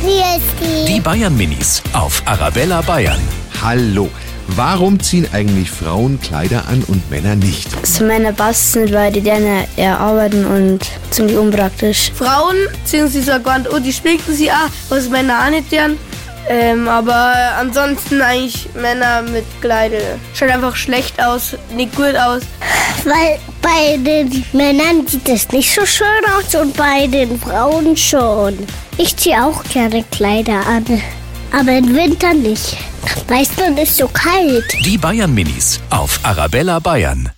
Christi. Die Bayern Minis auf Arabella Bayern. Hallo. Warum ziehen eigentlich Frauen Kleider an und Männer nicht? So Männer basteln, weil die gerne eher arbeiten und ziemlich unpraktisch. Frauen ziehen sie sogar und oh, die schminken sie auch, was Männer auch nicht gern. Ähm, aber ansonsten eigentlich Männer mit Kleidel. Schaut einfach schlecht aus, nicht gut aus. Weil bei den Männern sieht es nicht so schön aus und bei den Frauen schon. Ich ziehe auch gerne Kleider an, aber im Winter nicht. Weißt du, es ist so kalt. Die Bayern Minis auf Arabella Bayern.